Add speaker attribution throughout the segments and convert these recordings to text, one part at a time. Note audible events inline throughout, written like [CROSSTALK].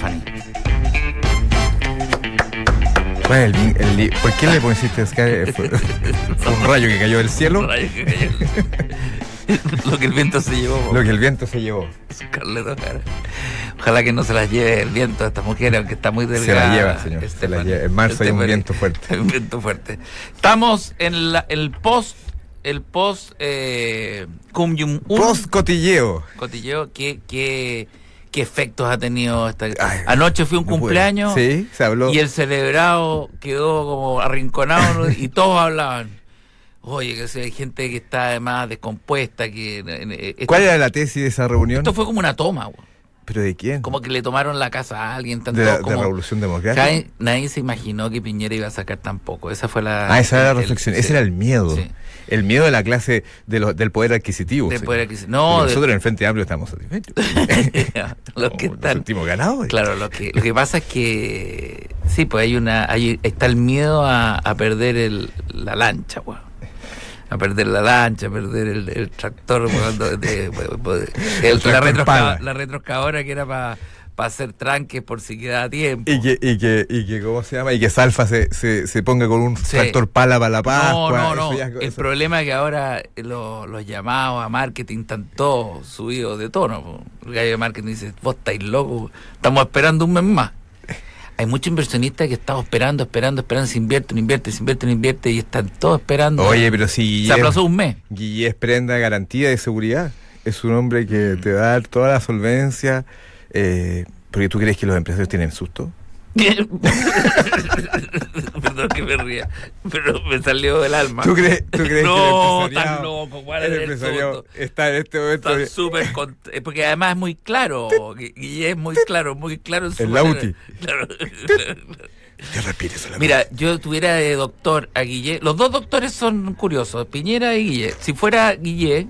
Speaker 1: pan.
Speaker 2: Bueno, el vin- el li- ¿Por qué le
Speaker 1: [LAUGHS]
Speaker 2: pusiste Sky? Fue, fue un rayo que cayó del cielo,
Speaker 1: Rayo que cayó. Lo que el [LAUGHS] viento se llevó. po.
Speaker 2: lo que el viento se llevó.
Speaker 1: Scarlett O'Hara. Ojalá que no se las lleve el viento a esta mujer, aunque está muy
Speaker 2: Se
Speaker 1: delgada.
Speaker 2: la lleva, señor. Se la
Speaker 1: Estefan.
Speaker 2: lleva. En marzo hay un
Speaker 1: Estefan.
Speaker 2: viento fuerte.
Speaker 1: Hay [LAUGHS] un viento fuerte. Estamos en la- el post, el post eh, Cum Jung Un.
Speaker 2: Post cotilleo.
Speaker 1: Cotilleo, ¿qué, qué, qué efectos ha tenido esta?
Speaker 2: Ay,
Speaker 1: Anoche fue un
Speaker 2: No pude.
Speaker 1: cumpleaños
Speaker 2: Sí, se habló.
Speaker 1: y el celebrado quedó como arrinconado ¿no? y todos hablaban. Oye, que si hay gente que está además descompuesta. que eh, eh,
Speaker 2: ¿Cuál era la tesis de esa reunión?
Speaker 1: Esto fue como una toma, güey.
Speaker 2: ¿Pero de quién?
Speaker 1: como que le tomaron la casa a alguien tanto
Speaker 2: ¿De la, de
Speaker 1: como
Speaker 2: la Revolución Democrática?
Speaker 1: nadie, nadie se imaginó que Piñera iba a sacar tampoco esa fue la
Speaker 2: Ah, esa era
Speaker 1: el-
Speaker 2: la reflexión.
Speaker 1: sí.
Speaker 2: Ese era el miedo.
Speaker 1: Sí.
Speaker 2: El miedo de la clase de los- del poder adquisitivo.
Speaker 1: De
Speaker 2: sí.
Speaker 1: poder adquisitivo.
Speaker 2: Porque
Speaker 1: No, de-
Speaker 2: Nosotros en el Frente Amplio
Speaker 1: [LAUGHS]
Speaker 2: estamos satisfechos.
Speaker 1: los
Speaker 2: [LAUGHS] No,
Speaker 1: que
Speaker 2: nos
Speaker 1: están
Speaker 2: sentimos ganados.
Speaker 1: claro lo que lo que pasa es que sí pues hay una hay, está el miedo a, a perder el, la lancha weón. a perder la lancha, a perder el, el tractor, weón, de- de- de- el- la,
Speaker 2: tractor
Speaker 1: retrosca-
Speaker 2: pala.
Speaker 1: la retroscadora que era para hacer tranques por si quedaba tiempo.
Speaker 2: Y que, y que, y que, ¿cómo se llama? Y que Salfa se, se, se ponga con un
Speaker 1: Sí.
Speaker 2: tractor pala para la
Speaker 1: No,
Speaker 2: Pascua.
Speaker 1: no,
Speaker 2: eso
Speaker 1: no.
Speaker 2: ya-
Speaker 1: el
Speaker 2: eso-
Speaker 1: problema es que ahora lo- los llamados a marketing están todos subidos de tono. po. El gallo de marketing dice, vos estáis locos, estamos esperando un mes más. Hay muchos inversionistas que están esperando, esperando, esperando, se invierten, invierten, se invierten, invierten y están todos esperando.
Speaker 2: Oye, pero si
Speaker 1: se
Speaker 2: Guillermo-
Speaker 1: aplazó un mes. [LAUGHS]
Speaker 2: Guillés Prenda garantía de seguridad. Es un hombre que
Speaker 1: Mm.
Speaker 2: te va a dar toda la solvencia. Eh, porque tú crees que los empresarios tienen susto.
Speaker 1: Perdón que me ría, pero me salió del alma.
Speaker 2: ¿Tú crees, tú crees
Speaker 1: Ah. [LAUGHS] no,
Speaker 2: que
Speaker 1: tan
Speaker 2: el empresariado,
Speaker 1: loco, ¿cuál
Speaker 2: el
Speaker 1: es el
Speaker 2: empresariado
Speaker 1: susto?
Speaker 2: está en este momento?
Speaker 1: Están súper cont- eh, Porque además es muy claro. Gui- Y es muy claro, muy claro en su
Speaker 2: El
Speaker 1: manera.
Speaker 2: lauti.
Speaker 1: Claro.
Speaker 2: Te repite solamente.
Speaker 1: Mira, yo tuviera de doctor a Guille. Los dos doctores son curiosos, Piñera y Guille. Si fuera Guille,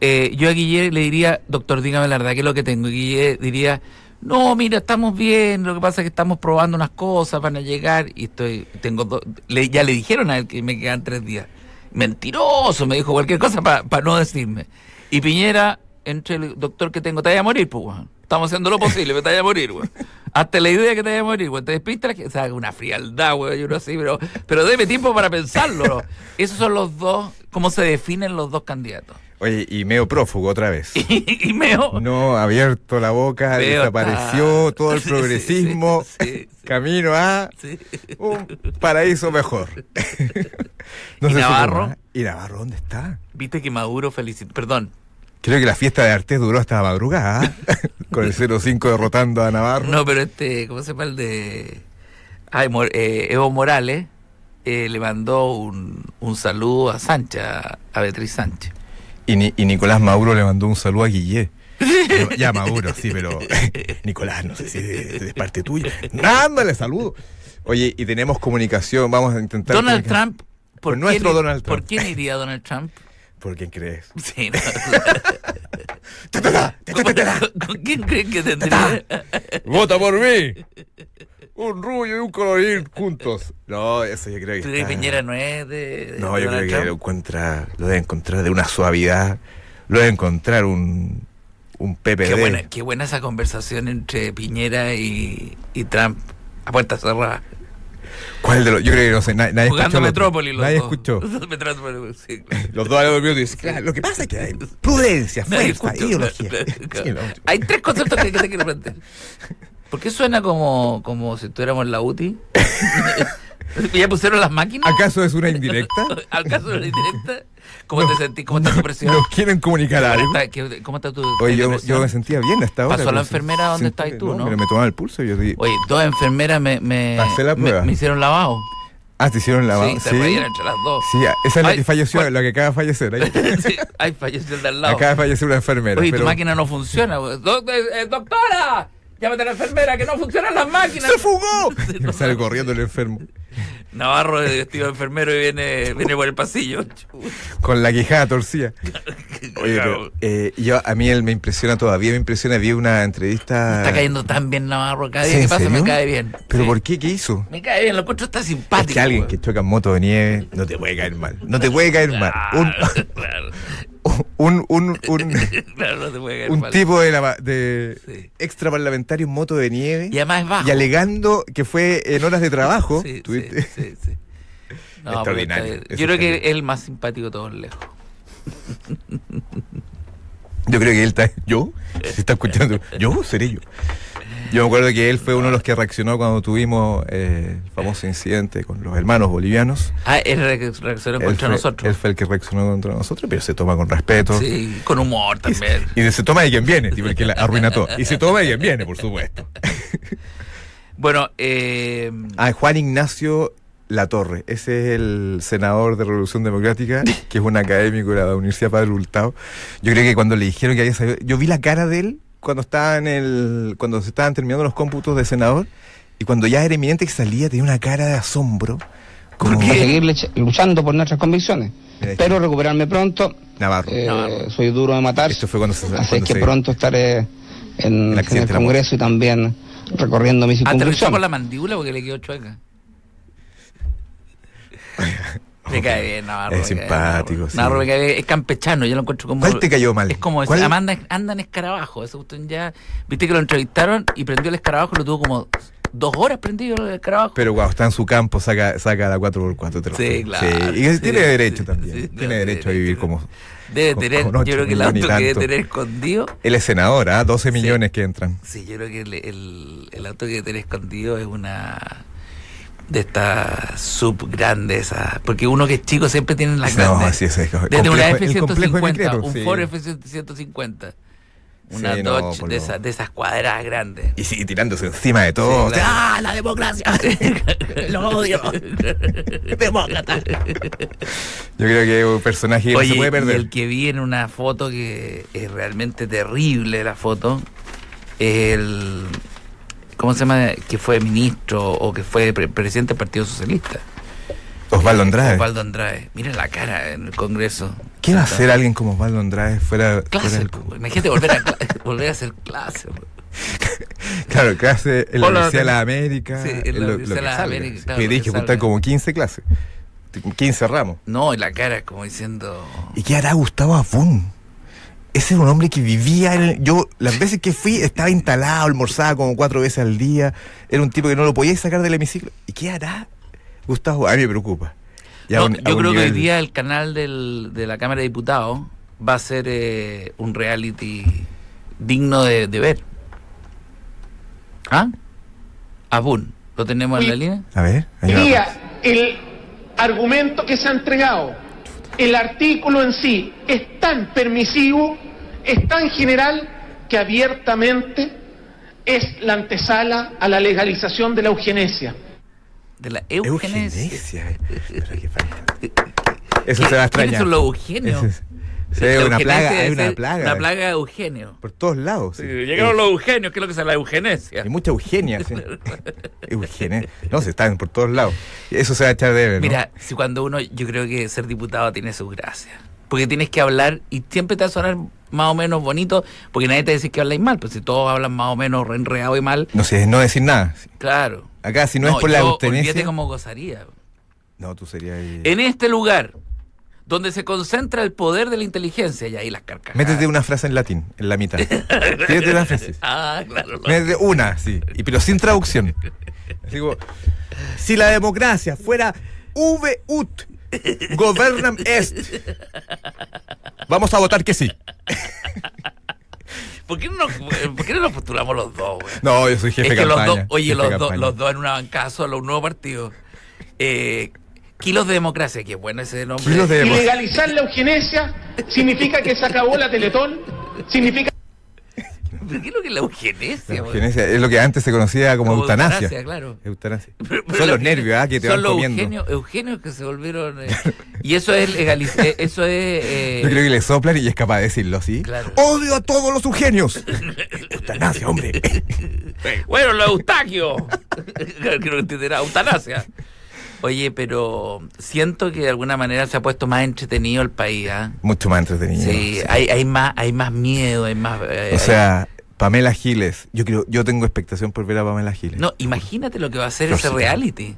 Speaker 1: eh, yo a Guille le diría, doctor, dígame la verdad, ¿qué es lo que tengo? Y Guille diría, no, mira, estamos bien, lo que pasa es que estamos probando unas cosas, van a llegar y estoy, tengo do- le- ya le dijeron a él que me quedan tres días. Mentiroso, me dijo cualquier cosa para no decirme. Y Piñera, entre el doctor que tengo, te vaya a morir, pues, weón. Estamos haciendo lo posible, pero te vaya a morir, weón. Hazte la idea que te vaya a morir, weón. Te despistas, que- o sea, una frialdad, weón, y uno así, pero, pero deme tiempo para pensarlo. ¿no? Esos son los dos, cómo se definen los dos candidatos.
Speaker 2: Oye, y medio prófugo otra vez.
Speaker 1: [LAUGHS] y, y meo.
Speaker 2: [LAUGHS] No, ha abierto la boca,
Speaker 1: Veo,
Speaker 2: desapareció
Speaker 1: está-
Speaker 2: todo
Speaker 1: [LAUGHS]
Speaker 2: el
Speaker 1: Sí, sí,
Speaker 2: progresismo,
Speaker 1: sí, sí.
Speaker 2: camino a
Speaker 1: Sí.
Speaker 2: un paraíso mejor.
Speaker 1: [LAUGHS]
Speaker 2: No
Speaker 1: ¿Y
Speaker 2: sé si-
Speaker 1: Navarro?
Speaker 2: ¿Y Navarro dónde está?
Speaker 1: Viste que Maduro felicitó. Perdón.
Speaker 2: Creo que la fiesta de Artés duró hasta la madrugada, [LAUGHS] ¿eh? con el 05 derrotando a Navarro.
Speaker 1: No, pero este, ¿cómo se llama el de. Ay, Mor- eh, Evo Morales eh, le mandó un, un saludo a Sánchez, a a Beatriz Sánchez.
Speaker 2: Y, Ni- y Nicolás Maduro le mandó un saludo a Guillé. Ya- Ya Maduro, sí, pero [LAUGHS] Nicolás, no sé si es de- es parte tuya. Ándale, saludo. Oye, y tenemos comunicación, vamos a intentar...
Speaker 1: Donald
Speaker 2: comunicar-
Speaker 1: Trump. ¿por
Speaker 2: Con nuestro
Speaker 1: quién-
Speaker 2: Donald Trump.
Speaker 1: ¿Por quién iría Donald Trump? [LAUGHS]
Speaker 2: ¿Por quién crees?
Speaker 1: Sí,
Speaker 2: [LAUGHS]
Speaker 1: no. ¿Con, [LAUGHS] con quién creen que tendría?
Speaker 2: ¡Vota por mí! Un rubio y un colorín juntos. No, eso yo
Speaker 1: ¿Tú crees
Speaker 2: creo que
Speaker 1: que
Speaker 2: está...
Speaker 1: Piñera no es de. de
Speaker 2: No, yo
Speaker 1: Donald
Speaker 2: creo que
Speaker 1: Trump?
Speaker 2: lo encuentra, lo debe encontrar de una suavidad, lo debe encontrar un, un PPD.
Speaker 1: Qué buena, qué buena esa conversación entre Piñera y, y Trump a puerta cerrada.
Speaker 2: ¿Cuál de los? Yo creo que no sé, na- nadie
Speaker 1: Jugando
Speaker 2: escuchó. los-
Speaker 1: Metrópolis. [LAUGHS] los
Speaker 2: nadie
Speaker 1: dos.
Speaker 2: escuchó.
Speaker 1: Metrópolis, sí, claro.
Speaker 2: Los dos al mismo tiempo dicen, claro, lo que pasa es que hay prudencia,
Speaker 1: Nadie
Speaker 2: fuerza,
Speaker 1: escuchó,
Speaker 2: ideología.
Speaker 1: claro, claro.
Speaker 2: Sí, no.
Speaker 1: Hay tres conceptos que, que te quiero plantear. ¿Por qué suena como, como si estuviéramos en la UTI? [LAUGHS] ¿Ya pusieron las máquinas?
Speaker 2: ¿Acaso es una indirecta?
Speaker 1: ¿Al caso de la indirecta? ¿Cómo te sentís? ¿Cómo está tu presión?
Speaker 2: ¿Nos quieren comunicar
Speaker 1: ¿Cómo,
Speaker 2: algo?
Speaker 1: está, qué- cómo está tu
Speaker 2: Oye, yo,
Speaker 1: depresión?
Speaker 2: yo me sentía bien hasta ahora. pues,
Speaker 1: Pasó la
Speaker 2: pero sin-
Speaker 1: enfermera, ¿dónde
Speaker 2: sin-
Speaker 1: estabas tú, no?
Speaker 2: Pero me tomaban el pulso y yo dije,
Speaker 1: Oye, dos enfermeras me, me,
Speaker 2: Pasé la
Speaker 1: me-
Speaker 2: prueba.
Speaker 1: me hicieron lavado.
Speaker 2: ah, te hicieron la
Speaker 1: sí, se reían entre las dos.
Speaker 2: Sí, esa es la
Speaker 1: Ay,
Speaker 2: que falleció,
Speaker 1: ¿cuál?
Speaker 2: la que acaba de fallecer. ahí.
Speaker 1: [LAUGHS] Sí, ay, falleció el de al lado.
Speaker 2: Acaba de fallecer una enfermera.
Speaker 1: Oye,
Speaker 2: pero-
Speaker 1: tu máquina no funciona. güey. Do- eh, eh, doctora, llámate a la enfermera, que no funcionan las máquinas.
Speaker 2: ¡Se fugó!
Speaker 1: [LAUGHS]
Speaker 2: Me sale corriendo el enfermo.
Speaker 1: Navarro de vestido de enfermero y viene, viene por el pasillo. Chuta.
Speaker 2: Con la
Speaker 1: [LAUGHS]
Speaker 2: quijada torcida. Oye, pero, eh, yo, a mí él me impresiona todavía, me impresiona. Vi una entrevista.
Speaker 1: Está cayendo tan bien Navarro. Cada
Speaker 2: Ah. ¿Sí,
Speaker 1: día que
Speaker 2: en
Speaker 1: pasa me
Speaker 2: serio?
Speaker 1: cae bien.
Speaker 2: ¿Pero
Speaker 1: Sí.
Speaker 2: por qué? ¿Qué hizo?
Speaker 1: Me cae bien, lo encuentro está
Speaker 2: Es
Speaker 1: simpático.
Speaker 2: que alguien
Speaker 1: güey.
Speaker 2: que choca en moto de nieve no te puede caer mal. No te puede caer mal. Un-
Speaker 1: Ah, [LAUGHS] Claro.
Speaker 2: un,
Speaker 1: [LAUGHS]
Speaker 2: un, un,
Speaker 1: Claro, no se puede caer
Speaker 2: un
Speaker 1: mal.
Speaker 2: tipo de, la- de
Speaker 1: Sí.
Speaker 2: extraparlamentario en moto de nieve
Speaker 1: Y además es bajo.
Speaker 2: y alegando que fue en horas de trabajo.
Speaker 1: Sí,
Speaker 2: tuviste-
Speaker 1: sí, sí, sí. No,
Speaker 2: Extraordinario,
Speaker 1: pero está bien.
Speaker 2: eso
Speaker 1: Yo creo
Speaker 2: está
Speaker 1: que
Speaker 2: bien.
Speaker 1: es el más simpático de todos lejos.
Speaker 2: Yo creo que él está. [LAUGHS] ¿Yo? Se está escuchando. ¿Yo? ¿Seré yo? Yo me acuerdo que él fue uno de los que reaccionó cuando tuvimos eh, el famoso incidente con los hermanos bolivianos.
Speaker 1: Ah, él re- reaccionó
Speaker 2: Él
Speaker 1: contra
Speaker 2: fue- Él
Speaker 1: nosotros.
Speaker 2: fue el que reaccionó contra nosotros, pero se toma con respeto.
Speaker 1: Sí, con
Speaker 2: [LAUGHS]
Speaker 1: humor también.
Speaker 2: Y se toma de quien viene, tipo el que la arruina todo. Y se toma de quien viene, por supuesto.
Speaker 1: Bueno, eh,
Speaker 2: Ah, Juan Ignacio Latorre, ese es el senador de
Speaker 1: [LAUGHS]
Speaker 2: Revolución Democrática, que es un académico de la Universidad Padre Hurtado. Yo creo que cuando le dijeron que había salido, yo vi la cara de él cuando estaba en el, cuando se estaban terminando los cómputos de senador, y cuando ya era eminente que salía, tenía una cara de asombro, como
Speaker 1: ¿Por
Speaker 3: a
Speaker 1: qué?
Speaker 3: seguir luch- luchando por nuestras convicciones.
Speaker 2: Mira,
Speaker 3: Espero recuperarme pronto.
Speaker 2: Navarro.
Speaker 3: Eh,
Speaker 1: Navarro.
Speaker 3: soy duro de matar.
Speaker 2: Esto fue cuando se-
Speaker 3: así
Speaker 2: cuando
Speaker 3: es que
Speaker 2: se-
Speaker 3: pronto estaré en- en,
Speaker 2: accidente de
Speaker 3: el
Speaker 2: la
Speaker 3: Congreso y también recorriendo mi
Speaker 1: aterrizó
Speaker 3: circunvalación.
Speaker 1: con la mandíbula porque le quedó chueca. Me cae bien, Navarro.
Speaker 2: Es
Speaker 1: me cae bien, Navarro.
Speaker 2: simpático, sí.
Speaker 1: Navarro me cae bien. Es campechano, yo lo encuentro como.
Speaker 2: ¿Cuál te cayó mal?
Speaker 1: Es como
Speaker 2: ¿Cuál?
Speaker 1: decir, Amanda anda en escarabajo. Ese cuestión ya. Viste que lo entrevistaron y prendió el escarabajo, lo tuvo como dos horas prendido el escarabajo.
Speaker 2: Pero cuando está en su campo saca, saca la 4x4. te lo
Speaker 1: Sí,
Speaker 2: juro.
Speaker 1: claro.
Speaker 2: Sí, Y que tiene
Speaker 1: Sí,
Speaker 2: derecho
Speaker 1: sí,
Speaker 2: también.
Speaker 1: sí,
Speaker 2: tiene
Speaker 1: claro,
Speaker 2: derecho a vivir
Speaker 1: derecho.
Speaker 2: como...
Speaker 1: Debe
Speaker 2: con-
Speaker 1: tener,
Speaker 2: con
Speaker 1: yo
Speaker 2: ocho
Speaker 1: creo que el
Speaker 2: millones y
Speaker 1: auto que debe
Speaker 2: tanto.
Speaker 1: tener escondido.
Speaker 2: Él es senador, ¿ah? 12 millones que entran.
Speaker 1: Sí, yo creo que el, el, el auto que debe tener escondido es una de estas sub grandes, esas, porque uno que es chico siempre tiene las
Speaker 2: No,
Speaker 1: grandes.
Speaker 2: sí, ese es el
Speaker 1: Desde una
Speaker 2: complejo- el complejo de
Speaker 1: F-150,
Speaker 2: Micrero,
Speaker 1: un
Speaker 2: sí.
Speaker 1: Ford F-150, una
Speaker 2: Sí, no,
Speaker 1: Dodge
Speaker 2: por
Speaker 1: de,
Speaker 2: lo-
Speaker 1: esas, de esas cuadradas grandes.
Speaker 2: Y sigue tirándose encima de todo.
Speaker 1: Sí, claro.
Speaker 2: ¡Ah,
Speaker 1: [LAUGHS]
Speaker 2: la democracia! [LAUGHS]
Speaker 1: ¡Lo [LAUGHS] odio! ¡Demócrata!
Speaker 2: Yo creo que es un personaje que no
Speaker 1: Oye,
Speaker 2: se puede
Speaker 1: y
Speaker 2: perder.
Speaker 1: el que vi en una foto que es realmente terrible la foto, el ¿cómo se llama? que fue ministro o que fue pre- presidente del Partido Socialista.
Speaker 2: Osvaldo Andrade.
Speaker 1: Osvaldo Andrade. Mira la cara en el Congreso.
Speaker 2: ¿Qué va a hacer alguien como Osvaldo Andrade fuera, fuera
Speaker 1: Clase,
Speaker 2: del-
Speaker 1: po, imagínate volver a, cla- [LAUGHS] volver a hacer clase. po.
Speaker 2: Claro, clase en la
Speaker 1: Hola,
Speaker 2: Universidad de
Speaker 1: Andrade.
Speaker 2: la América.
Speaker 1: Sí, en la
Speaker 2: lo- lo
Speaker 1: Universidad
Speaker 2: que
Speaker 1: de la
Speaker 2: salga.
Speaker 1: América,
Speaker 2: Sí,
Speaker 1: claro,
Speaker 2: que
Speaker 1: lo
Speaker 2: tienes
Speaker 1: que
Speaker 2: que juntar
Speaker 1: salga.
Speaker 2: como 15 clases, 15 ramos.
Speaker 1: No, y la cara como diciendo...
Speaker 2: ¿Y qué hará Gustavo Afun? Ese era un hombre que vivía en el- Yo, las veces que fui, estaba instalado, almorzaba como cuatro veces al día. Era un tipo que no lo podía sacar del hemiciclo. ¿Y qué hará Gustavo? A mí me preocupa. Ya
Speaker 1: No,
Speaker 2: un- a
Speaker 1: yo
Speaker 2: un
Speaker 1: creo que hoy
Speaker 2: nivel-
Speaker 1: día el canal del- de la Cámara de Diputados va a ser eh, un reality digno de, de ver. ¿Ah? Abun, ¿lo tenemos en la línea?
Speaker 2: A ver, ahí va.
Speaker 4: Diría, el argumento que se ha entregado, el artículo en sí, es tan permisivo, es tan general, que abiertamente es la antesala a la legalización de la eugenesia.
Speaker 1: De la eugenesia.
Speaker 2: Eugenesia. eh. Pero
Speaker 1: [LAUGHS]
Speaker 2: qué falta. Eso se va a extrañar.
Speaker 1: ¿Quiénes son los eugenios? [LAUGHS]
Speaker 2: Eso es- sí,
Speaker 1: La
Speaker 2: hay una
Speaker 1: eugenesia
Speaker 2: plaga,
Speaker 1: debe
Speaker 2: hay
Speaker 1: ser
Speaker 2: una plaga.
Speaker 1: Una plaga de eugenio.
Speaker 2: Por todos lados. sí.
Speaker 1: Llegaron los eugenios, ¿qué es lo que es la eugenesia?
Speaker 2: Hay mucha eugenia.
Speaker 1: [LAUGHS]
Speaker 2: sí. Eugenia. No, se están por todos lados. Eso se va a echar de ver. ¿no?
Speaker 1: Mira, si cuando uno, yo creo que ser diputado tiene su gracia. Porque tienes que hablar y siempre te va a sonar más o menos bonito, porque nadie te dice que habláis mal, pues si todos hablan más o menos re enredado y mal,
Speaker 2: No sé, no decir nada.
Speaker 1: claro.
Speaker 2: Acá, si no, es por
Speaker 1: yo,
Speaker 2: la
Speaker 1: Olvídate
Speaker 2: eugenesia.
Speaker 1: cómo gozaría.
Speaker 2: No, tú serías.
Speaker 1: En este lugar, donde se concentra el poder de la inteligencia, y ahí las carcajadas.
Speaker 2: Métete una frase en latín, en
Speaker 1: [LAUGHS]
Speaker 2: la mitad. Tírate una frase.
Speaker 1: Ah, claro.
Speaker 2: Métete una, sí. Y, pero sin traducción. Así como, si la democracia fuera VUT, Governam Est, vamos a votar que sí.
Speaker 1: ¿Por qué no nos, por qué no nos postulamos los dos, güey?
Speaker 2: No, yo soy jefe
Speaker 1: es
Speaker 2: de
Speaker 1: que
Speaker 2: campaña.
Speaker 1: los dos, oye,
Speaker 2: jefe
Speaker 1: los
Speaker 2: de
Speaker 1: dos,
Speaker 2: campaña.
Speaker 1: los dos en una bancada solo un nuevo partido. Eh, kilos de democracia, que bueno ese nombre.
Speaker 2: Kilos de-
Speaker 4: Y
Speaker 2: Vemos.
Speaker 4: legalizar la eugenesia significa que se acabó la Teletón, significa
Speaker 1: ¿Pero ¿Qué es lo que es la eugenesia?
Speaker 2: La
Speaker 1: güey?
Speaker 2: eugenesia Es lo que antes se conocía como,
Speaker 1: Como
Speaker 2: eutanasia.
Speaker 1: eutanasia, claro.
Speaker 2: Eutanasia.
Speaker 1: [LAUGHS] Pero- pero la
Speaker 2: Son los
Speaker 1: eugenesia-
Speaker 2: nervios ah, que te
Speaker 1: son
Speaker 2: van
Speaker 1: los
Speaker 2: comiendo.
Speaker 1: Eugenios, eugenios que se volvieron. eh, y eso es legaliz- eh, eso
Speaker 2: [LAUGHS]
Speaker 1: es. eh,
Speaker 2: Yo creo que le soplan y es capaz de decirlo, ¿sí?
Speaker 1: Claro.
Speaker 2: ¡Odio a todos los
Speaker 1: [LAUGHS]
Speaker 2: eugenios! Eutanasia, hombre.
Speaker 1: Bueno, los eustaquios. [LAUGHS] creo que entenderá, eutanasia. Oye, pero siento que de alguna manera se ha puesto más entretenido el país, ¿ah?
Speaker 2: Mucho más entretenido.
Speaker 1: Sí, hay, hay más, hay más miedo, hay más. eh,
Speaker 2: O sea, Pamela Giles. Yo creo, yo tengo expectación por ver a Pamela Giles.
Speaker 1: No, imagínate lo que va a ser
Speaker 2: Por
Speaker 1: ese
Speaker 2: supuesto.
Speaker 1: reality.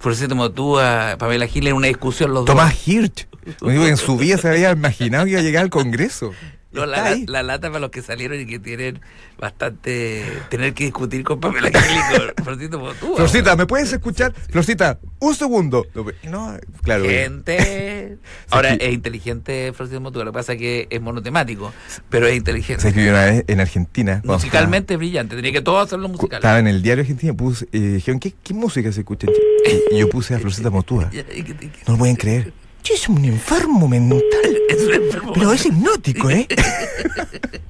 Speaker 1: Por cierto, como tú a Pamela Giles en una discusión los
Speaker 2: Tomás
Speaker 1: dos.
Speaker 2: Hirsch. Un tipo que en su vida se había imaginado que iba a llegar al Congreso.
Speaker 1: No,
Speaker 2: Está
Speaker 1: la,
Speaker 2: ahí.
Speaker 1: la lata para los que salieron y que tienen bastante. tener que discutir con Pamela Angélico. Florcito, como tú.
Speaker 2: Florcita, ¿me puedes escuchar? Florcita, un segundo. No, pe- No, claro. [LAUGHS]
Speaker 1: Gente. Ahora,
Speaker 2: Sí, sí.
Speaker 1: es inteligente Florcito Motúa, lo que pasa es que es monotemático, pero es inteligente.
Speaker 2: eh, Se que yo una vez en Argentina. cuando
Speaker 1: Musicalmente brillante, tenía que todos hacerlo
Speaker 2: estaba- cu-
Speaker 1: musical.
Speaker 2: Estaba en el diario argentino puse, eh, dijeron, ¿qué, qué música se escucha? en Chile?" Y yo puse a
Speaker 1: [LAUGHS]
Speaker 2: Florcita Motúa.
Speaker 1: Ya, y que- y que-
Speaker 2: No lo pueden creer. Che, es un enfermo mental.
Speaker 1: es un enfermo.
Speaker 2: Pero es hipnótico, ¿eh?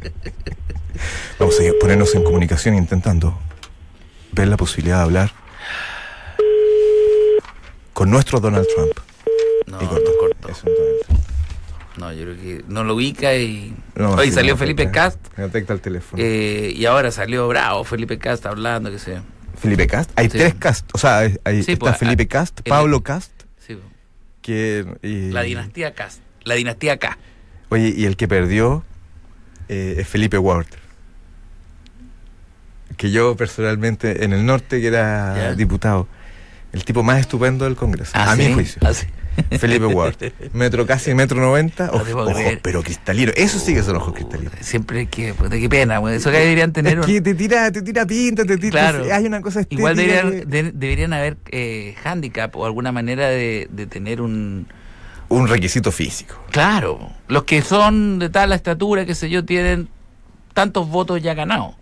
Speaker 2: [LAUGHS] Vamos a ponernos en comunicación intentando ver la posibilidad de hablar con nuestro Donald Trump.
Speaker 1: No,
Speaker 2: Y
Speaker 1: no
Speaker 2: corto.
Speaker 1: cortó.
Speaker 2: Es un Donald Trump.
Speaker 1: No, yo creo que no lo ubica y.
Speaker 2: No,
Speaker 1: Hoy
Speaker 2: sí,
Speaker 1: salió
Speaker 2: no,
Speaker 1: Felipe
Speaker 2: detecta-
Speaker 1: Cast.
Speaker 2: Detecta el teléfono.
Speaker 1: eh, y ahora salió bravo Felipe Cast hablando, que sé.
Speaker 2: Felipe Cast. Hay
Speaker 1: sí.
Speaker 2: tres Cast. O sea, hay, hay-
Speaker 1: Sí,
Speaker 2: está
Speaker 1: pues,
Speaker 2: Felipe
Speaker 1: ah,
Speaker 2: Cast,
Speaker 1: el-
Speaker 2: Pablo Cast,
Speaker 1: Sí, po.
Speaker 2: que... y-
Speaker 1: la dinastía Cast. La dinastía K.
Speaker 2: Oye, y el que perdió eh, es Felipe Ward. Que yo personalmente en el norte, que era
Speaker 1: Ya.
Speaker 2: diputado, el tipo más estupendo del Congreso,
Speaker 1: Ah,
Speaker 2: a mi
Speaker 1: ¿sí?
Speaker 2: juicio.
Speaker 1: Ah, sí.
Speaker 2: Felipe Ward. Metro casi metro noventa,
Speaker 1: No te
Speaker 2: oj-
Speaker 1: puedo
Speaker 2: ojos
Speaker 1: creer.
Speaker 2: pero cristalinos. Eso sí que son ojos cristalinos.
Speaker 1: Siempre que, puta, qué pena, güey. Eso que deberían tener.
Speaker 2: Es
Speaker 1: un-
Speaker 2: que te tira, te tira tinta, te tira.
Speaker 1: Claro.
Speaker 2: Hay una cosa estética.
Speaker 1: Igual deberían,
Speaker 2: que-
Speaker 1: de- deberían haber eh, handicap o alguna manera de, de tener un.
Speaker 2: Un requisito físico.
Speaker 1: Claro, los que son de tal estatura, qué sé yo, tienen tantos votos ya ganados.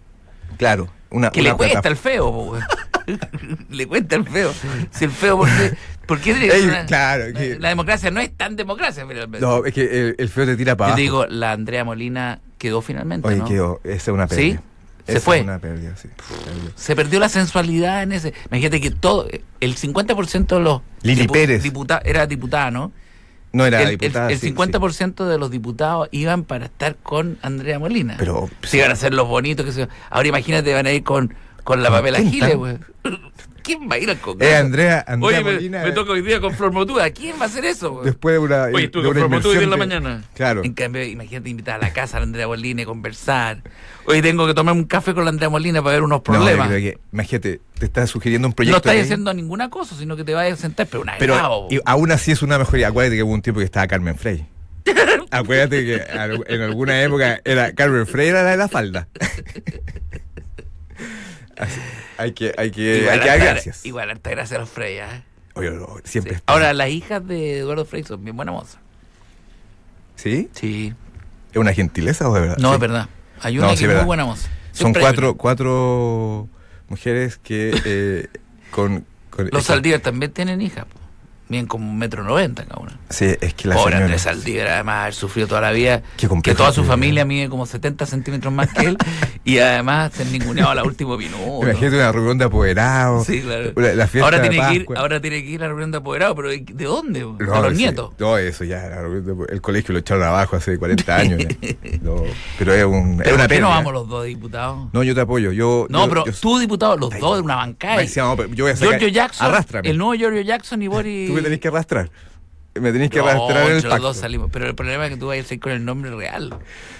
Speaker 2: Claro. Una,
Speaker 1: Que
Speaker 2: una
Speaker 1: le cuesta
Speaker 2: plata-
Speaker 1: el feo, po, güey. [LAUGHS] Le cuesta el feo. Si el feo, ¿por qué? por qué tiene que
Speaker 2: Ey,
Speaker 1: ser una-
Speaker 2: claro,
Speaker 1: la-
Speaker 2: que-
Speaker 1: La democracia no es tan democracia, finalmente.
Speaker 2: No, es que el, el feo te tira para
Speaker 1: Yo
Speaker 2: abajo.
Speaker 1: te digo, la Andrea Molina quedó finalmente,
Speaker 2: Oye,
Speaker 1: ¿no?
Speaker 2: quedó. Esa es una
Speaker 1: ¿Sí?
Speaker 2: pérdida.
Speaker 1: Se
Speaker 2: Esa es
Speaker 1: fue.
Speaker 2: una pérdida, sí. Perdió.
Speaker 1: Se perdió la sensualidad en ese. Imagínate que todo, el 50% de los
Speaker 2: Lili Pérez.
Speaker 1: diputa- era diputada, ¿no?
Speaker 2: No era
Speaker 1: el, el-
Speaker 2: diputada.
Speaker 1: el
Speaker 2: sí,
Speaker 1: 50% de los diputados iban para estar con Andrea Molina.
Speaker 2: sí. Pero.
Speaker 1: Si van a ser los bonitos que se. Ahora imagínate, van a ir con, con la
Speaker 2: ¿Con
Speaker 1: Pamela
Speaker 2: quién
Speaker 1: Giles,
Speaker 2: tan-
Speaker 1: güey. [LAUGHS] ¿Quién va a ir al Congreso?
Speaker 2: Eh, Andrea, Andrea
Speaker 1: Oye, me-
Speaker 2: Molina,
Speaker 1: me,
Speaker 2: eh,
Speaker 1: toca hoy día con Flor Motuda. ¿Quién va a hacer eso, güey?
Speaker 2: Después de una.
Speaker 1: Oye, tú
Speaker 2: de
Speaker 1: con
Speaker 2: una
Speaker 1: Flor Motuda hoy día en la
Speaker 2: inmersión de-
Speaker 1: mañana.
Speaker 2: Claro.
Speaker 1: En cambio, imagínate invitar a la casa a la Andrea Molina y conversar. Hoy tengo que tomar un café con la Andrea Molina para ver unos
Speaker 2: No, yo
Speaker 1: problemas. No,
Speaker 2: creo que- imagínate, te estás sugiriendo un proyecto.
Speaker 1: estás
Speaker 2: de ley,
Speaker 1: haciendo ninguna cosa, sino que te vas a sentar, pero una
Speaker 2: Pero
Speaker 1: agravo.
Speaker 2: y aún así es una mejoría. Acuérdate que hubo un tiempo que estaba
Speaker 1: [LAUGHS]
Speaker 2: Carmen Frey. Acuérdate que al- en alguna época era Carmen Frey era la de la falda. [LAUGHS] Así- hay que, hay que, hay que dar
Speaker 1: harta-
Speaker 2: gracias.
Speaker 1: Igual, harta gracias a los Freya. ¿eh?
Speaker 2: Oye, no, siempre.
Speaker 1: Sí.
Speaker 2: está-
Speaker 1: Ahora, las hijas de Eduardo Frey son bien buena moza.
Speaker 2: ¿Sí?
Speaker 1: Sí.
Speaker 2: ¿Es una gentileza o de verdad?
Speaker 1: No,
Speaker 2: Sí.
Speaker 1: es verdad. Hay una
Speaker 2: No,
Speaker 1: que
Speaker 2: sí,
Speaker 1: es
Speaker 2: verdad.
Speaker 1: muy buena moza.
Speaker 2: Son
Speaker 1: Siempre hay
Speaker 2: cuatro, cuatro mujeres que
Speaker 1: [LAUGHS]
Speaker 2: eh, con, con-
Speaker 1: una. Los
Speaker 2: es que-
Speaker 1: Saldívar también tienen hijas. po. Miden como un metro noventa cada una.
Speaker 2: Sí, es que la
Speaker 1: Pobre
Speaker 2: señora-
Speaker 1: Andrés Saldívar, además, haber sufrido toda la vida.
Speaker 2: Qué
Speaker 1: que
Speaker 2: complejo
Speaker 1: toda su
Speaker 2: que-
Speaker 1: familia mide como 70 centímetros más
Speaker 2: [LAUGHS]
Speaker 1: que él. y además ser ninguneado a la última minuto.
Speaker 2: Imagínate una reunión de apoderados.
Speaker 1: Sí, claro.
Speaker 2: La, la fiesta
Speaker 1: ahora,
Speaker 2: de
Speaker 1: tiene que ir,
Speaker 2: Pascua.
Speaker 1: ahora tiene que ir a la reunión de apoderados, pero ¿de- ¿de dónde? po?
Speaker 2: No,
Speaker 1: de los
Speaker 2: sí.
Speaker 1: nietos.
Speaker 2: No, eso ya. la reunión de- El colegio lo echaron abajo
Speaker 1: [LAUGHS]
Speaker 2: hace 40 años. ya. No, pero es, un,
Speaker 1: Pero
Speaker 2: es
Speaker 1: ¿por
Speaker 2: una
Speaker 1: qué
Speaker 2: pena.
Speaker 1: no
Speaker 2: ¿eh?
Speaker 1: vamos los dos diputados?
Speaker 2: No, yo te apoyo. Yo,
Speaker 1: No,
Speaker 2: yo-
Speaker 1: pero
Speaker 2: yo-
Speaker 1: tú, diputado, los
Speaker 2: Ay,
Speaker 1: dos de una bancada. y-
Speaker 2: Maxi, vamos, pero yo voy a sacar-
Speaker 1: Giorgio Jackson,
Speaker 2: Arrástrame.
Speaker 1: el nuevo Giorgio
Speaker 2: [LAUGHS]
Speaker 1: Jackson y Boris.
Speaker 2: Tú me tenés que arrastrar. Me tenés que
Speaker 1: No,
Speaker 2: arrastrar en el
Speaker 1: entre los
Speaker 2: pacto.
Speaker 1: dos salimos. Pero el problema es que tú vas a ir con el nombre real.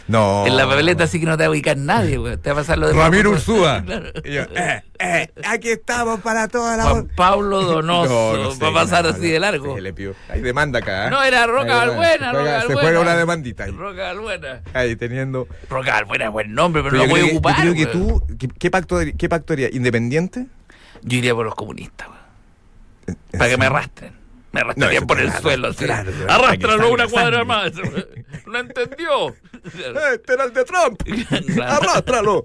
Speaker 2: No.
Speaker 1: En la papeleta sí que no te va a ubicar nadie, güey. Te va a pasar lo de
Speaker 2: Ramiro
Speaker 1: Juan-
Speaker 2: Ursúa.
Speaker 1: [LAUGHS]
Speaker 2: [LAUGHS]
Speaker 1: Claro.
Speaker 2: Y yo, eh, eh, aquí estamos para toda la.
Speaker 1: Juan Pablo Donoso.
Speaker 2: No, no sé,
Speaker 1: va a pasar
Speaker 2: no,
Speaker 1: así
Speaker 2: no,
Speaker 1: de largo.
Speaker 2: sí, le pido. Hay demanda acá. ¿eh?
Speaker 1: No, era
Speaker 2: Hay
Speaker 1: Roca
Speaker 2: demanda.
Speaker 1: Balbuena.
Speaker 2: Se juega-
Speaker 1: Roca
Speaker 2: Se
Speaker 1: Balbuena.
Speaker 2: juega una demandita ahí.
Speaker 1: Roca Balbuena.
Speaker 2: Ahí teniendo.
Speaker 1: Roca Balbuena es buen nombre, pero,
Speaker 2: Pero
Speaker 1: lo
Speaker 2: yo
Speaker 1: voy a ocupar.
Speaker 2: creo que- Yo creo que
Speaker 1: güey.
Speaker 2: tú. ¿Qué, qué pacto, haría- qué pacto haría? ¿Independiente?
Speaker 1: Yo iría por los comunistas, güey.
Speaker 2: En- en
Speaker 1: Para que me
Speaker 2: serio.
Speaker 1: arrastren. Me
Speaker 2: Eh, No,
Speaker 1: arrastrarían
Speaker 2: eso
Speaker 1: por
Speaker 2: te
Speaker 1: el
Speaker 2: va a
Speaker 1: suelo. Así.
Speaker 2: arrastrar, güey, para que
Speaker 1: Arrástralo una
Speaker 2: salga
Speaker 1: cuadra
Speaker 2: sangre.
Speaker 1: más. ¿No
Speaker 2: [LAUGHS]
Speaker 1: entendió?
Speaker 2: ¡Eh, Este era el de Trump.
Speaker 1: [LAUGHS] Claro.
Speaker 2: Arrástralo.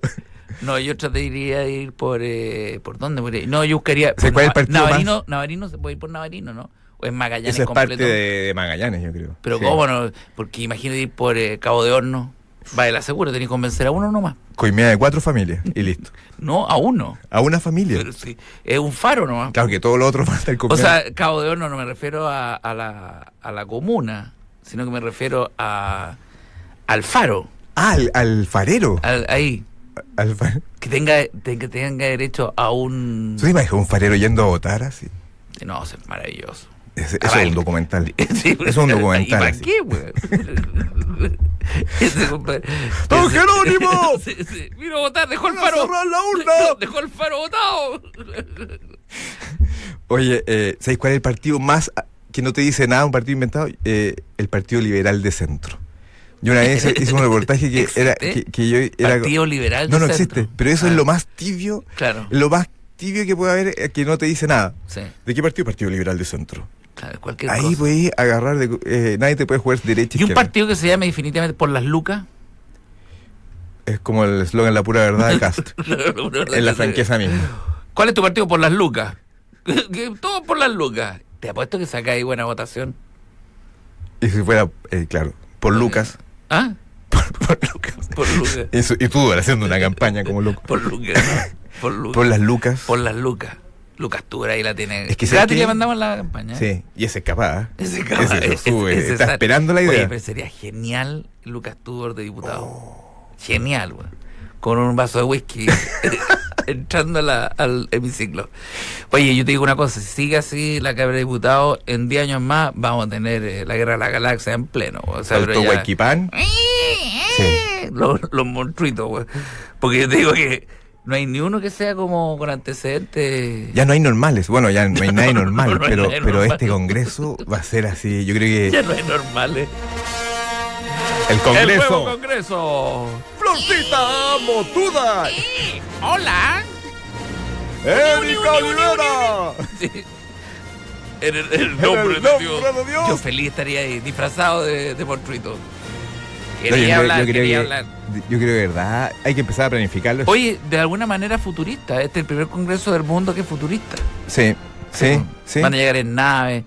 Speaker 1: No, yo trataría de ir por... Eh, ¿Por dónde? Por ahí. no, yo buscaría...
Speaker 2: ¿Sé
Speaker 1: por
Speaker 2: cuál es el
Speaker 1: Nava-
Speaker 2: partido más?
Speaker 1: Navarino, Navarino, se puede ir por Navarino, ¿no? O es Magallanes
Speaker 2: Eso es
Speaker 1: completo.
Speaker 2: parte de, de Magallanes, yo creo.
Speaker 1: Pero
Speaker 2: Sí.
Speaker 1: cómo no, porque imagínate ir por eh, Cabo de Horno. Vale, la seguro, tenés que convencer a uno nomás.
Speaker 2: Coimea de cuatro familias y listo.
Speaker 1: No, a uno.
Speaker 2: A una familia.
Speaker 1: Pero sí, es un faro nomás.
Speaker 2: Claro que todo lo otro [LAUGHS] falta el
Speaker 1: O sea, Cabo de Horno no me refiero a, a la, a la comuna, sino que me refiero a al faro,
Speaker 2: ah, al, al farero.
Speaker 1: al- ahí.
Speaker 2: Al fa-
Speaker 1: Que tenga, te- que tenga derecho a un...
Speaker 2: ¿Tú te imaginas un farero yendo a votar así?
Speaker 1: No, eso es maravilloso.
Speaker 2: Es-
Speaker 1: Ah,
Speaker 2: eso
Speaker 1: vale.
Speaker 2: es un documental.
Speaker 1: [LAUGHS] Sí,
Speaker 2: Es un documental,
Speaker 1: ¿Y para
Speaker 2: así.
Speaker 1: qué, weón? [LAUGHS] Ese compadre-
Speaker 2: ¡Don
Speaker 1: ese- [LAUGHS]
Speaker 2: Jerónimo!
Speaker 1: Sí, sí. Vino a votar, dejó el
Speaker 2: ¡Van a
Speaker 1: faro.
Speaker 2: cerrar la
Speaker 1: [LAUGHS]
Speaker 2: urna!
Speaker 1: Dejó el faro votado.
Speaker 2: Oye, eh, ¿sabéis cuál es el partido más a- que no te dice nada, un partido inventado, eh, el Partido Liberal de Centro. Yo
Speaker 1: [LAUGHS]
Speaker 2: una vez hice un reportaje que era que, que yo era
Speaker 1: Partido Liberal
Speaker 2: no
Speaker 1: de
Speaker 2: no existe,
Speaker 1: Centro.
Speaker 2: pero eso
Speaker 1: Ah,
Speaker 2: es lo más tibio,
Speaker 1: Claro.
Speaker 2: lo más tibio que puede haber eh, que no te dice nada.
Speaker 1: Sí,
Speaker 2: ¿De qué partido? Partido Liberal de Centro.
Speaker 1: claro, cualquier
Speaker 2: Ahí
Speaker 1: cosa.
Speaker 2: puedes agarrar de, eh, nadie te puede jugar derecha
Speaker 1: Y un
Speaker 2: izquierda.
Speaker 1: partido que se llama definitivamente por las lucas.
Speaker 2: [LAUGHS] es como el eslogan la pura
Speaker 1: [LAUGHS]
Speaker 2: verdad de Cast. en la franqueza misma.
Speaker 1: ¿Cuál es tu partido por las lucas? [LAUGHS] Que Todo por las lucas. Te apuesto que sacáis buena votación.
Speaker 2: Y si fuera eh, claro, por Lucas,
Speaker 1: ¿Ah?
Speaker 2: [LAUGHS] por, por Lucas.
Speaker 1: Por lucas.
Speaker 2: Y, su- y tú haciendo una campaña como loco.
Speaker 1: Por
Speaker 2: [LAUGHS]
Speaker 1: lucas. Por lucas.
Speaker 2: Por las Lucas.
Speaker 1: Por las lucas. Lucas Tura ahí la tiene.
Speaker 2: Es que, ¿sabes
Speaker 1: Gratis
Speaker 2: qué?
Speaker 1: le mandamos la campaña.
Speaker 2: Sí, y ese es capaz. ¿eh?
Speaker 1: Ese cabrón,
Speaker 2: Ese se sube,
Speaker 1: ese
Speaker 2: está
Speaker 1: sale.
Speaker 2: esperando la
Speaker 1: Oye,
Speaker 2: idea.
Speaker 1: pero sería genial Lucas Tudor de diputado. Genial, güey. Con un vaso de whisky [LAUGHS] entrando a la- al hemiciclo. Oye, yo te digo una cosa, si sigue así la Cámara de Diputados, en 10 años más vamos a tener eh, la Guerra de la Galaxia en pleno. güey. O sea, pero
Speaker 2: Saltó
Speaker 1: ya-
Speaker 2: Huayquipán.
Speaker 1: [LAUGHS]
Speaker 2: Sí.
Speaker 1: Los, los monstruitos, güey. Porque yo te digo que no hay ni uno que sea como con antecedentes.
Speaker 2: Ya no hay normales. Bueno, ya no
Speaker 1: [LAUGHS]
Speaker 2: hay nadie
Speaker 1: No, no,
Speaker 2: normal,
Speaker 1: no hay
Speaker 2: pero,
Speaker 1: nadie
Speaker 2: pero
Speaker 1: normal.
Speaker 2: este congreso va a ser así. Yo
Speaker 1: [LAUGHS]
Speaker 2: creo que
Speaker 1: Ya no es normal, eh.
Speaker 2: el
Speaker 1: El nuevo
Speaker 2: congreso.
Speaker 1: Congreso.
Speaker 2: ¡Florcita Motuda!
Speaker 1: Hola.
Speaker 2: ¡Erika Olivera!
Speaker 1: Sí. En el, en el
Speaker 2: En
Speaker 1: nombre
Speaker 2: el
Speaker 1: de
Speaker 2: nombre
Speaker 1: Dios.
Speaker 2: de Dios.
Speaker 1: Yo feliz estaría ahí, disfrazado de, de monstruito.
Speaker 2: No, yo
Speaker 1: Quería
Speaker 2: creo-
Speaker 1: hablar,
Speaker 2: yo creo
Speaker 1: quería
Speaker 2: que-
Speaker 1: hablar.
Speaker 2: Yo creo que, verdad, hay que empezar a planificarlo.
Speaker 1: Oye, de alguna manera futurista. Este es el primer congreso del mundo que es futurista.
Speaker 2: Sí, sí, sí.
Speaker 1: Van a llegar en naves.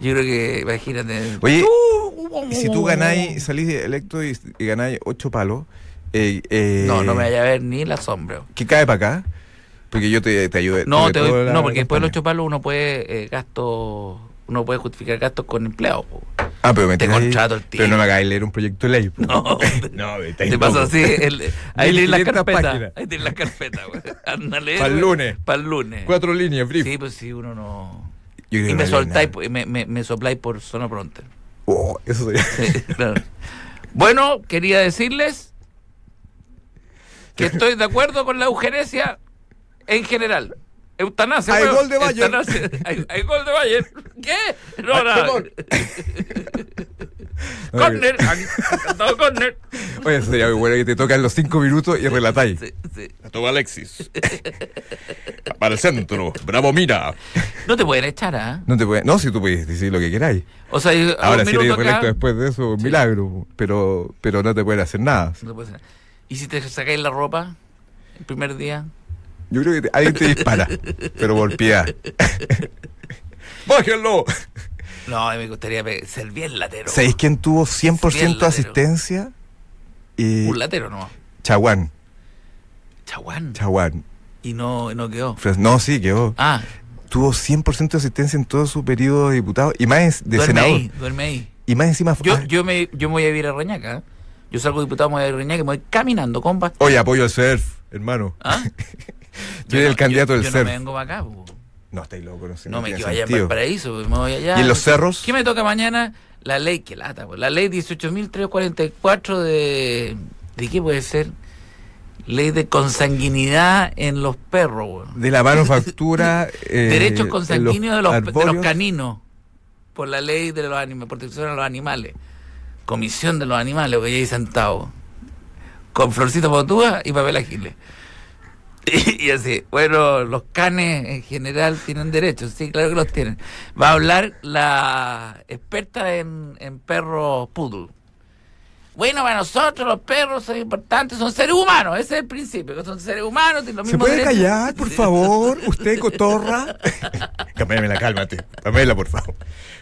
Speaker 1: Yo creo que, imagínate.
Speaker 2: Oye, y si tú ganáis, salís electo y, y ganáis ocho palos, eh, eh,
Speaker 1: No, no me vaya a ver ni la sombra.
Speaker 2: ¿qué cae para acá? Eh, Porque yo te, te ayudo.
Speaker 1: No, te
Speaker 2: doy
Speaker 1: doy-
Speaker 2: toda la
Speaker 1: no porque después de los
Speaker 2: campaña.
Speaker 1: ocho palos uno puede eh, gastos, uno puede justificar gastos con empleados. po.
Speaker 2: Ah, pero me
Speaker 1: te
Speaker 2: tiras ahí-
Speaker 1: contrato el
Speaker 2: Pero no
Speaker 1: tipo.
Speaker 2: me hagáis leer un proyecto de ley. po.
Speaker 1: No.
Speaker 2: [LAUGHS] no, me estáis
Speaker 1: Te pasó
Speaker 2: loco.
Speaker 1: así.
Speaker 2: [LAUGHS]
Speaker 1: el- ahí leí la
Speaker 2: 1500
Speaker 1: carpeta.
Speaker 2: páginas.
Speaker 1: Ahí leí la carpeta,
Speaker 2: [LAUGHS]
Speaker 1: güey. Ándale.
Speaker 2: Pa'l lunes.
Speaker 1: Para el lunes.
Speaker 2: Cuatro líneas, brief.
Speaker 1: Sí, pues sí, uno no.
Speaker 2: Yo creo
Speaker 1: Y
Speaker 2: que
Speaker 1: me
Speaker 2: no leí
Speaker 1: soltáis, pues.
Speaker 2: nada.
Speaker 1: po- y me, me, me sopláis por zona pronta.
Speaker 2: Oh, eso sería. [LAUGHS]
Speaker 1: Sí, claro. Bueno, quería decirles que estoy de acuerdo con la eugenesia en general. Eutanasia.
Speaker 2: Hay
Speaker 1: weón.
Speaker 2: gol de Bayern.
Speaker 1: Eutanasia. Hay, hay gol de Bayern. ¿Qué? No,
Speaker 2: Ay,
Speaker 1: nada.
Speaker 2: perdón.
Speaker 1: [LAUGHS]
Speaker 2: No,
Speaker 1: Corner. Ha cantado corner.
Speaker 2: Oye, eso sería muy bueno que te tocan los cinco minutos y relatáis.
Speaker 1: Sí, sí.
Speaker 2: La toma Alexis. [LAUGHS] Para el centro. Bravo, mira.
Speaker 1: No te pueden echar, ¿ah?
Speaker 2: No, te puede- no, si tú puedes decir lo que queráis.
Speaker 1: O sea, yo-
Speaker 2: Ahora,
Speaker 1: un
Speaker 2: si eres
Speaker 1: minuto acá,
Speaker 2: reelecto después de eso, un milagro. Pero, pero no te pueden hacer nada.
Speaker 1: no puede ser. ¿Y si te sacáis la ropa el primer día?
Speaker 2: Yo creo que te- alguien te dispara, pero por piedad. ¡Bájenlo!
Speaker 1: No, a mí me gustaría pe- ser bien latero.
Speaker 2: ¿Sabéis quién tuvo 100%
Speaker 1: latero.
Speaker 2: asistencia? Y
Speaker 1: Un latero, no.
Speaker 2: Chaguán,
Speaker 1: Chaguán.
Speaker 2: Chaguán.
Speaker 1: Y no, y no quedó.
Speaker 2: Fres- No, sí, quedó.
Speaker 1: Ah,
Speaker 2: Tuvo 100% de asistencia en todo su periodo de diputado y más en- de
Speaker 1: duerme
Speaker 2: senador.
Speaker 1: ahí, duerme ahí.
Speaker 2: Y más encima. fue-
Speaker 1: Yo,
Speaker 2: ah,
Speaker 1: yo, me, yo me voy a vivir a Reñaca. ¿eh? Yo salgo diputado, me voy a ir a Reñaca y me voy caminando, compa.
Speaker 2: Oye, apoyo al surf, hermano.
Speaker 1: ¿Ah?
Speaker 2: Yo era el candidato del
Speaker 1: yo
Speaker 2: surf.
Speaker 1: no me vengo para acá, po.
Speaker 2: No, estáis loco, no sé.
Speaker 1: No me
Speaker 2: tiene
Speaker 1: quedo allá en
Speaker 2: sentido.
Speaker 1: Valparaíso, pues, me voy allá.
Speaker 2: ¿Y en los cerros?
Speaker 1: ¿Qué me toca mañana? La ley, que lata, pues. La ley 18.344 de... ¿De qué puede ser? Ley de consanguinidad en los perros, weón.
Speaker 2: De la manufactura. eh,
Speaker 1: [LAUGHS] Derechos consanguíneos de los, de los
Speaker 2: arbóreos.
Speaker 1: caninos. Por la ley de los anim- protección a los animales. Comisión de los animales, que ya hay sentado. Con Florcito Potúa y Papel Aquiles. [LAUGHS] Y, así, bueno, los canes en general tienen derechos, sí, claro que los tienen. Va a hablar la experta en, en perros poodle. Bueno, para nosotros los perros son importantes, son seres humanos, ese es el principio, que son seres humanos, tienen los
Speaker 2: ¿Se
Speaker 1: mismos
Speaker 2: puede
Speaker 1: derechos.
Speaker 2: callar, por favor? Usted, [LAUGHS] cotorra. Cambiámela, cálmate. Cambiámela, por favor.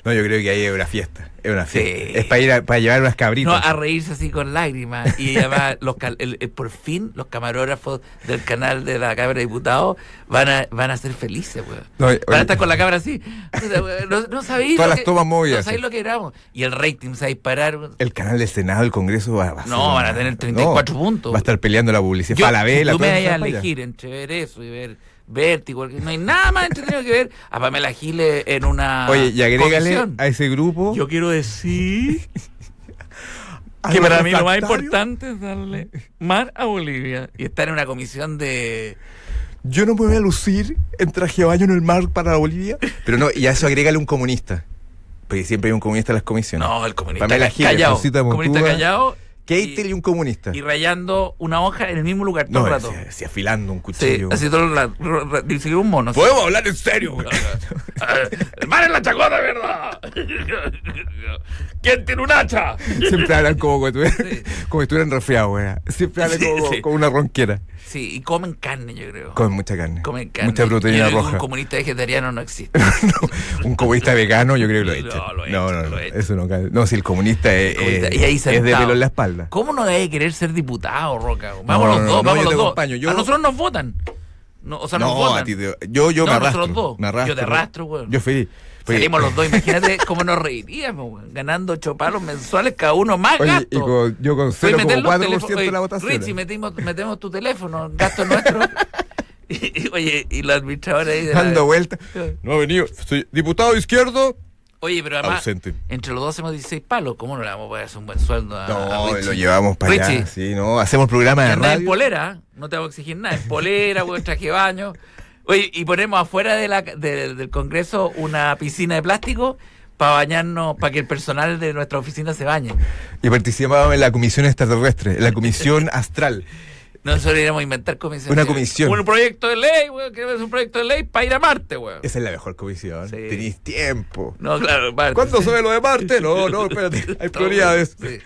Speaker 2: No, yo creo que ahí es una fiesta. Es una fiesta.
Speaker 1: Sí.
Speaker 2: Es para ir a- para llevar unas
Speaker 1: No,
Speaker 2: cabritas.
Speaker 1: a reírse así con lágrimas. Y
Speaker 2: [LAUGHS]
Speaker 1: además, los cal- el- el- por fin, los camarógrafos del canal de la Cámara de Diputados van a, van a ser felices, weón.
Speaker 2: No, oye,
Speaker 1: Van a estar con la cámara así. O sea, weón, No, no sabéis.
Speaker 2: Todas
Speaker 1: lo
Speaker 2: las
Speaker 1: que-
Speaker 2: tomas Eh, movidas,
Speaker 1: No sabéis
Speaker 2: sí.
Speaker 1: lo que grabamos. Y el rating se va a disparar. weón.
Speaker 2: El canal del Senado, el Congreso va, va a
Speaker 1: No, van a tener 34 puntos.
Speaker 2: Va a estar peleando la publicidad.
Speaker 1: Yo,
Speaker 2: Falabella,
Speaker 1: tú me
Speaker 2: toda
Speaker 1: vayas a
Speaker 2: esa falla.
Speaker 1: elegir entre ver eso y ver Vértigo. porque No hay nada más entretenido que ver a Pamela Giles en una.
Speaker 2: Oye, y agrégale
Speaker 1: comisión.
Speaker 2: a ese grupo.
Speaker 1: Yo quiero
Speaker 2: [LAUGHS]
Speaker 1: decir
Speaker 2: a
Speaker 1: que
Speaker 2: los
Speaker 1: para mí lo más
Speaker 2: refractarios.
Speaker 1: importante es darle mar a Bolivia y estar en una comisión de...
Speaker 2: Yo no me voy a lucir en traje de baño en el mar para Bolivia. Pero no, y a eso agrégale un comunista. porque siempre hay un comunista en las comisiones.
Speaker 1: No, el comunista
Speaker 2: Pamela
Speaker 1: ca-
Speaker 2: Giles,
Speaker 1: callado.
Speaker 2: Rosita Montúa,
Speaker 1: comunista callado.
Speaker 2: Keitel y, un comunista.
Speaker 1: y rayando una hoja en el mismo lugar todo
Speaker 2: no,
Speaker 1: el
Speaker 2: así,
Speaker 1: rato.
Speaker 2: así afilando un
Speaker 1: Sí,
Speaker 2: cuchillo.
Speaker 1: así todo el rato. ro- ro- ni siquiera un mono. así. [LAUGHS]
Speaker 2: Podemos hablar en serio. güey?
Speaker 1: El mar en la chacota, ¿verdad? [LAUGHS] ¿Quién tiene un hacha?
Speaker 2: [LAUGHS] Siempre hablan como, como, estu- como si estuvieran resfriados, güey. Siempre hablan
Speaker 1: Sí,
Speaker 2: como,
Speaker 1: sí.
Speaker 2: como una ronquera.
Speaker 1: Sí, y comen carne, yo creo.
Speaker 2: Con mucha carne.
Speaker 1: comen carne.
Speaker 2: Mucha
Speaker 1: Yo
Speaker 2: proteína
Speaker 1: creo que
Speaker 2: roja.
Speaker 1: Un comunista vegetariano no existe.
Speaker 2: No, [LAUGHS] un comunista vegano, yo creo que lo he
Speaker 1: No,
Speaker 2: hecho.
Speaker 1: lo he
Speaker 2: no,
Speaker 1: hecho,
Speaker 2: no,
Speaker 1: lo
Speaker 2: no,
Speaker 1: he hecho.
Speaker 2: Eso no cabe. No, si el comunista es,
Speaker 1: Comunista-
Speaker 2: es-
Speaker 1: y ahí
Speaker 2: Eh, es de
Speaker 1: sentado.
Speaker 2: pelo en la espalda.
Speaker 1: ¿Cómo no debe querer ser diputado, Roca? Vamos los
Speaker 2: no,
Speaker 1: dos,
Speaker 2: no,
Speaker 1: vamos
Speaker 2: yo
Speaker 1: los
Speaker 2: te
Speaker 1: dos.
Speaker 2: acompaño, yo-
Speaker 1: A nosotros nos votan. No, o sea, nos
Speaker 2: No,
Speaker 1: votan.
Speaker 2: a ti te- yo, yo
Speaker 1: No,
Speaker 2: me arrastro.
Speaker 1: nosotros dos.
Speaker 2: Me arrastro.
Speaker 1: Yo te arrastro, güey.
Speaker 2: Yo feliz. Oye,
Speaker 1: Salimos los dos, imagínate cómo nos reiríamos, güey, ganando ocho palos mensuales cada uno más
Speaker 2: Oye,
Speaker 1: gasto.
Speaker 2: y con- yo con
Speaker 1: Oye, meter los
Speaker 2: 0,4% de
Speaker 1: teléfonos-
Speaker 2: la
Speaker 1: oye,
Speaker 2: votación. ¿eh?
Speaker 1: Richie, metimos, metemos tu teléfono, gasto nuestro. [LAUGHS] y, y, oye, y los administradores ahí de Eh. la-
Speaker 2: Dando vueltas. No ha venido. Soy diputado de izquierdo.
Speaker 1: Oye, pero además,
Speaker 2: Ausente.
Speaker 1: entre los dos hacemos 16 palos. ¿Cómo no le vamos a pagar un buen sueldo a, a
Speaker 2: No,
Speaker 1: Richie?
Speaker 2: lo llevamos para
Speaker 1: Richie,
Speaker 2: allá. Sí, no, hacemos programa
Speaker 1: que
Speaker 2: de
Speaker 1: anda en
Speaker 2: radio.
Speaker 1: polera, ¿eh? no te voy a exigir nada. En polera, güey,
Speaker 2: [LAUGHS]
Speaker 1: traje de baño. Oye, y ponemos afuera de la, de- del Congreso una piscina de plástico para bañarnos, para que el personal de nuestra oficina se bañe.
Speaker 2: Y participábamos en la comisión extraterrestre, en la comisión astral.
Speaker 1: Nosotros íbamos a inventar comisiones.
Speaker 2: Una comisión.
Speaker 1: Un proyecto de ley, güey, que es un proyecto de ley para ir a Marte, güey.
Speaker 2: Esa es la mejor comisión.
Speaker 1: Sí.
Speaker 2: Tenéis tiempo.
Speaker 1: No, claro, Marte.
Speaker 2: ¿Cuándo
Speaker 1: sí.
Speaker 2: sube lo de Marte? No, no,
Speaker 1: [LAUGHS]
Speaker 2: espérate. Hay
Speaker 1: Todo,
Speaker 2: prioridades.
Speaker 1: sí.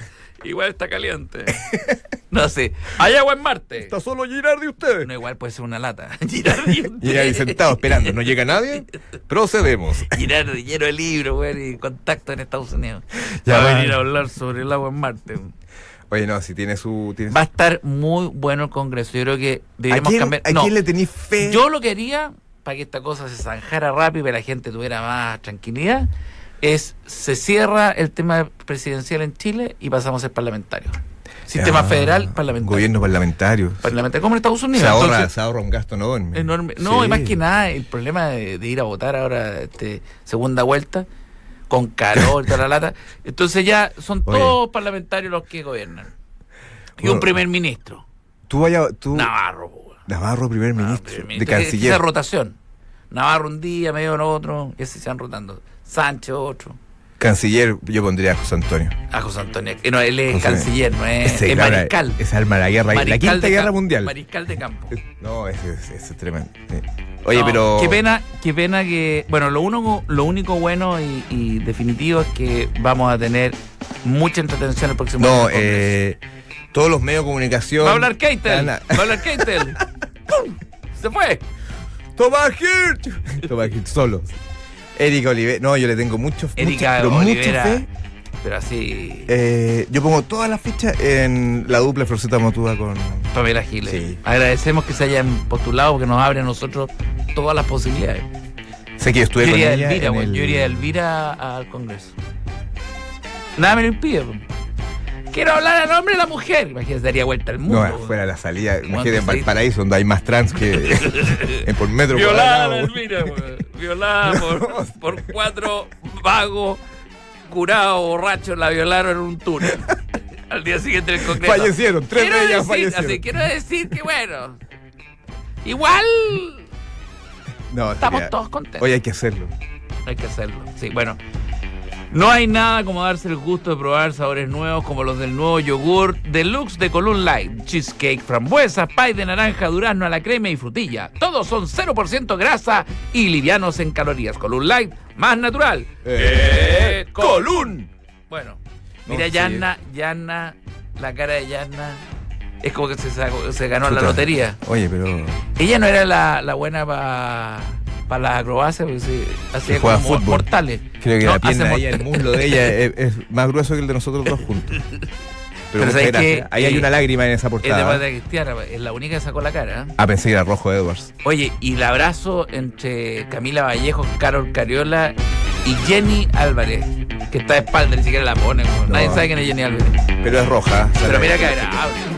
Speaker 1: Igual está
Speaker 2: [LAUGHS]
Speaker 1: caliente. No sé. Hay agua en Marte.
Speaker 2: Está solo Girardi y ustedes.
Speaker 1: No, igual puede ser una lata. [LAUGHS] Girardi.
Speaker 2: Y ahí sentado esperando, no llega nadie, procedemos.
Speaker 1: [LAUGHS] Girardi, lleno de libros, güey, y contacto en Estados Unidos.
Speaker 2: Ya
Speaker 1: va
Speaker 2: va.
Speaker 1: a venir a hablar sobre el agua en Marte.
Speaker 2: Oye, no, si tiene su. Tiene su-
Speaker 1: Va a estar muy bueno el Congreso. Yo creo que
Speaker 2: ¿A
Speaker 1: deberíamos
Speaker 2: quién,
Speaker 1: cambiar.
Speaker 2: a
Speaker 1: No,
Speaker 2: quién le tenéis fe?
Speaker 1: Yo lo que haría, para que esta cosa se zanjara rápido y para que la gente tuviera más tranquilidad, es se cierra el tema presidencial en Chile y pasamos a ser parlamentarios. Sistema
Speaker 2: Ah,
Speaker 1: federal, parlamentario.
Speaker 2: Gobierno parlamentario.
Speaker 1: Parlamentario, como en Estados Unidos.
Speaker 2: Se ahorra,
Speaker 1: Entonces,
Speaker 2: se ahorra un gasto enorme.
Speaker 1: enorme. No,
Speaker 2: Sí.
Speaker 1: y más que nada, el problema de, de ir a votar ahora, este, segunda vuelta, con calor, toda la lata. Entonces ya son
Speaker 2: Oye.
Speaker 1: todos parlamentarios los que gobiernan. Y
Speaker 2: Bueno.
Speaker 1: un primer ministro,
Speaker 2: Tú vaya, tú,
Speaker 1: Navarro. po, weón.
Speaker 2: Navarro, primer ministro,
Speaker 1: Ah,
Speaker 2: de
Speaker 1: ministro, que- que
Speaker 2: canciller.
Speaker 1: Esa rotación. Navarro un día, medio en otro, y así se van rotando. Sánchez otro.
Speaker 2: Canciller, yo pondría a José Antonio.
Speaker 1: A José Antonio. que no, él es
Speaker 2: José-
Speaker 1: canciller, no es,
Speaker 2: Ese,
Speaker 1: es
Speaker 2: claro,
Speaker 1: eh, mariscal.
Speaker 2: Es alma de la guerra, la
Speaker 1: Mariscal
Speaker 2: quinta
Speaker 1: de
Speaker 2: guerra
Speaker 1: campo,
Speaker 2: mundial.
Speaker 1: Mariscal de campo.
Speaker 2: No, ese ese- ese es tremendo. Sí. Oye,
Speaker 1: No,
Speaker 2: pero.
Speaker 1: Qué pena, qué pena que. Bueno, lo, uno, lo único bueno y, y definitivo es que vamos a tener mucha entretención el próximo año
Speaker 2: No,
Speaker 1: del Congreso.
Speaker 2: eh, todos los medios de comunicación.
Speaker 1: Va a hablar Keitel.
Speaker 2: Ana-
Speaker 1: Va a hablar Keitel.
Speaker 2: [LAUGHS]
Speaker 1: ¡Pum! Se fue.
Speaker 2: Tomás [LAUGHS] Hirsch. Tomás Hirsch, solo. Erika Olivera. No, yo le tengo mucho, mucha,
Speaker 1: Erika
Speaker 2: pero
Speaker 1: Olivera.
Speaker 2: mucha fe.
Speaker 1: Pero así.
Speaker 2: Eh, yo pongo todas las fichas en la dupla Florcita Motuda con.
Speaker 1: Pamela Giles.
Speaker 2: sí.
Speaker 1: Agradecemos que se hayan postulado porque nos abre a nosotros todas las posibilidades.
Speaker 2: Sé que yo estuve
Speaker 1: Yo
Speaker 2: con
Speaker 1: iría, de
Speaker 2: ella.
Speaker 1: Elvira,
Speaker 2: en
Speaker 1: güey.
Speaker 2: el-
Speaker 1: yo iría de Elvira al Congreso. Nada me lo impide. güey. Quiero hablar al hombre y a la mujer. Imagínate, daría vuelta al mundo.
Speaker 2: No,
Speaker 1: güey.
Speaker 2: fuera la salida. Imagínate
Speaker 1: saliste?
Speaker 2: en Valparaíso, donde hay más
Speaker 1: [LAUGHS]
Speaker 2: trans que en por metro.
Speaker 1: Violada,
Speaker 2: cuadrado.
Speaker 1: Elvira, weón. violada
Speaker 2: [LAUGHS]
Speaker 1: por, por cuatro vagos curados, borrachos, la violaron en un túnel. Al día siguiente del Congreso.
Speaker 2: Fallecieron, tres
Speaker 1: Quiero
Speaker 2: de ellas
Speaker 1: decir-
Speaker 2: fallecieron.
Speaker 1: Así, quiero decir que, bueno, igual
Speaker 2: No,
Speaker 1: estamos
Speaker 2: sería-
Speaker 1: todos contentos.
Speaker 2: Oye, hay que hacerlo.
Speaker 1: Hay que hacerlo. Sí, bueno. No hay nada como darse el gusto de probar sabores nuevos como los del nuevo yogur deluxe de Column Light, cheesecake, frambuesas, pie de naranja, durazno a la crema y frutilla. Todos son 0% grasa y livianos en calorías. Column Light, más natural.
Speaker 2: Eh, ¡Colún!
Speaker 1: Bueno,
Speaker 2: No,
Speaker 1: mira,
Speaker 2: sí.
Speaker 1: Yanna, Yanna, la cara de Yanna, es como que se, sacó- se ganó la
Speaker 2: Chuta.
Speaker 1: lotería.
Speaker 2: Oye, pero.
Speaker 1: Ella no era la, la buena para las acrobacias, porque se- pues, hacía
Speaker 2: juega
Speaker 1: como
Speaker 2: fútbol.
Speaker 1: mortales.
Speaker 2: Creo que
Speaker 1: No,
Speaker 2: la pierna
Speaker 1: hace
Speaker 2: de ella, el
Speaker 1: mort-
Speaker 2: muslo de ella, es, es más grueso que el de nosotros dos
Speaker 1: [LAUGHS]
Speaker 2: juntos. Pero,
Speaker 1: Pero
Speaker 2: muchas
Speaker 1: ¿sabes
Speaker 2: gracias.
Speaker 1: qué?
Speaker 2: Ahí hay
Speaker 1: Eh,
Speaker 2: una lágrima en esa
Speaker 1: Es de
Speaker 2: portada.
Speaker 1: Patria Cristiana, pues, es la única que sacó la cara. ¿eh?
Speaker 2: A pensar era Rojo Edwards.
Speaker 1: Oye, y el abrazo entre Camila Vallejo, Carol Cariola y Jenny Álvarez, que está de espalda, ni siquiera la pone. güey. Nadie sabe pues. quién es Jenny Álvarez.
Speaker 2: Pero es roja.
Speaker 1: Pero
Speaker 2: sale.
Speaker 1: mira que agradable.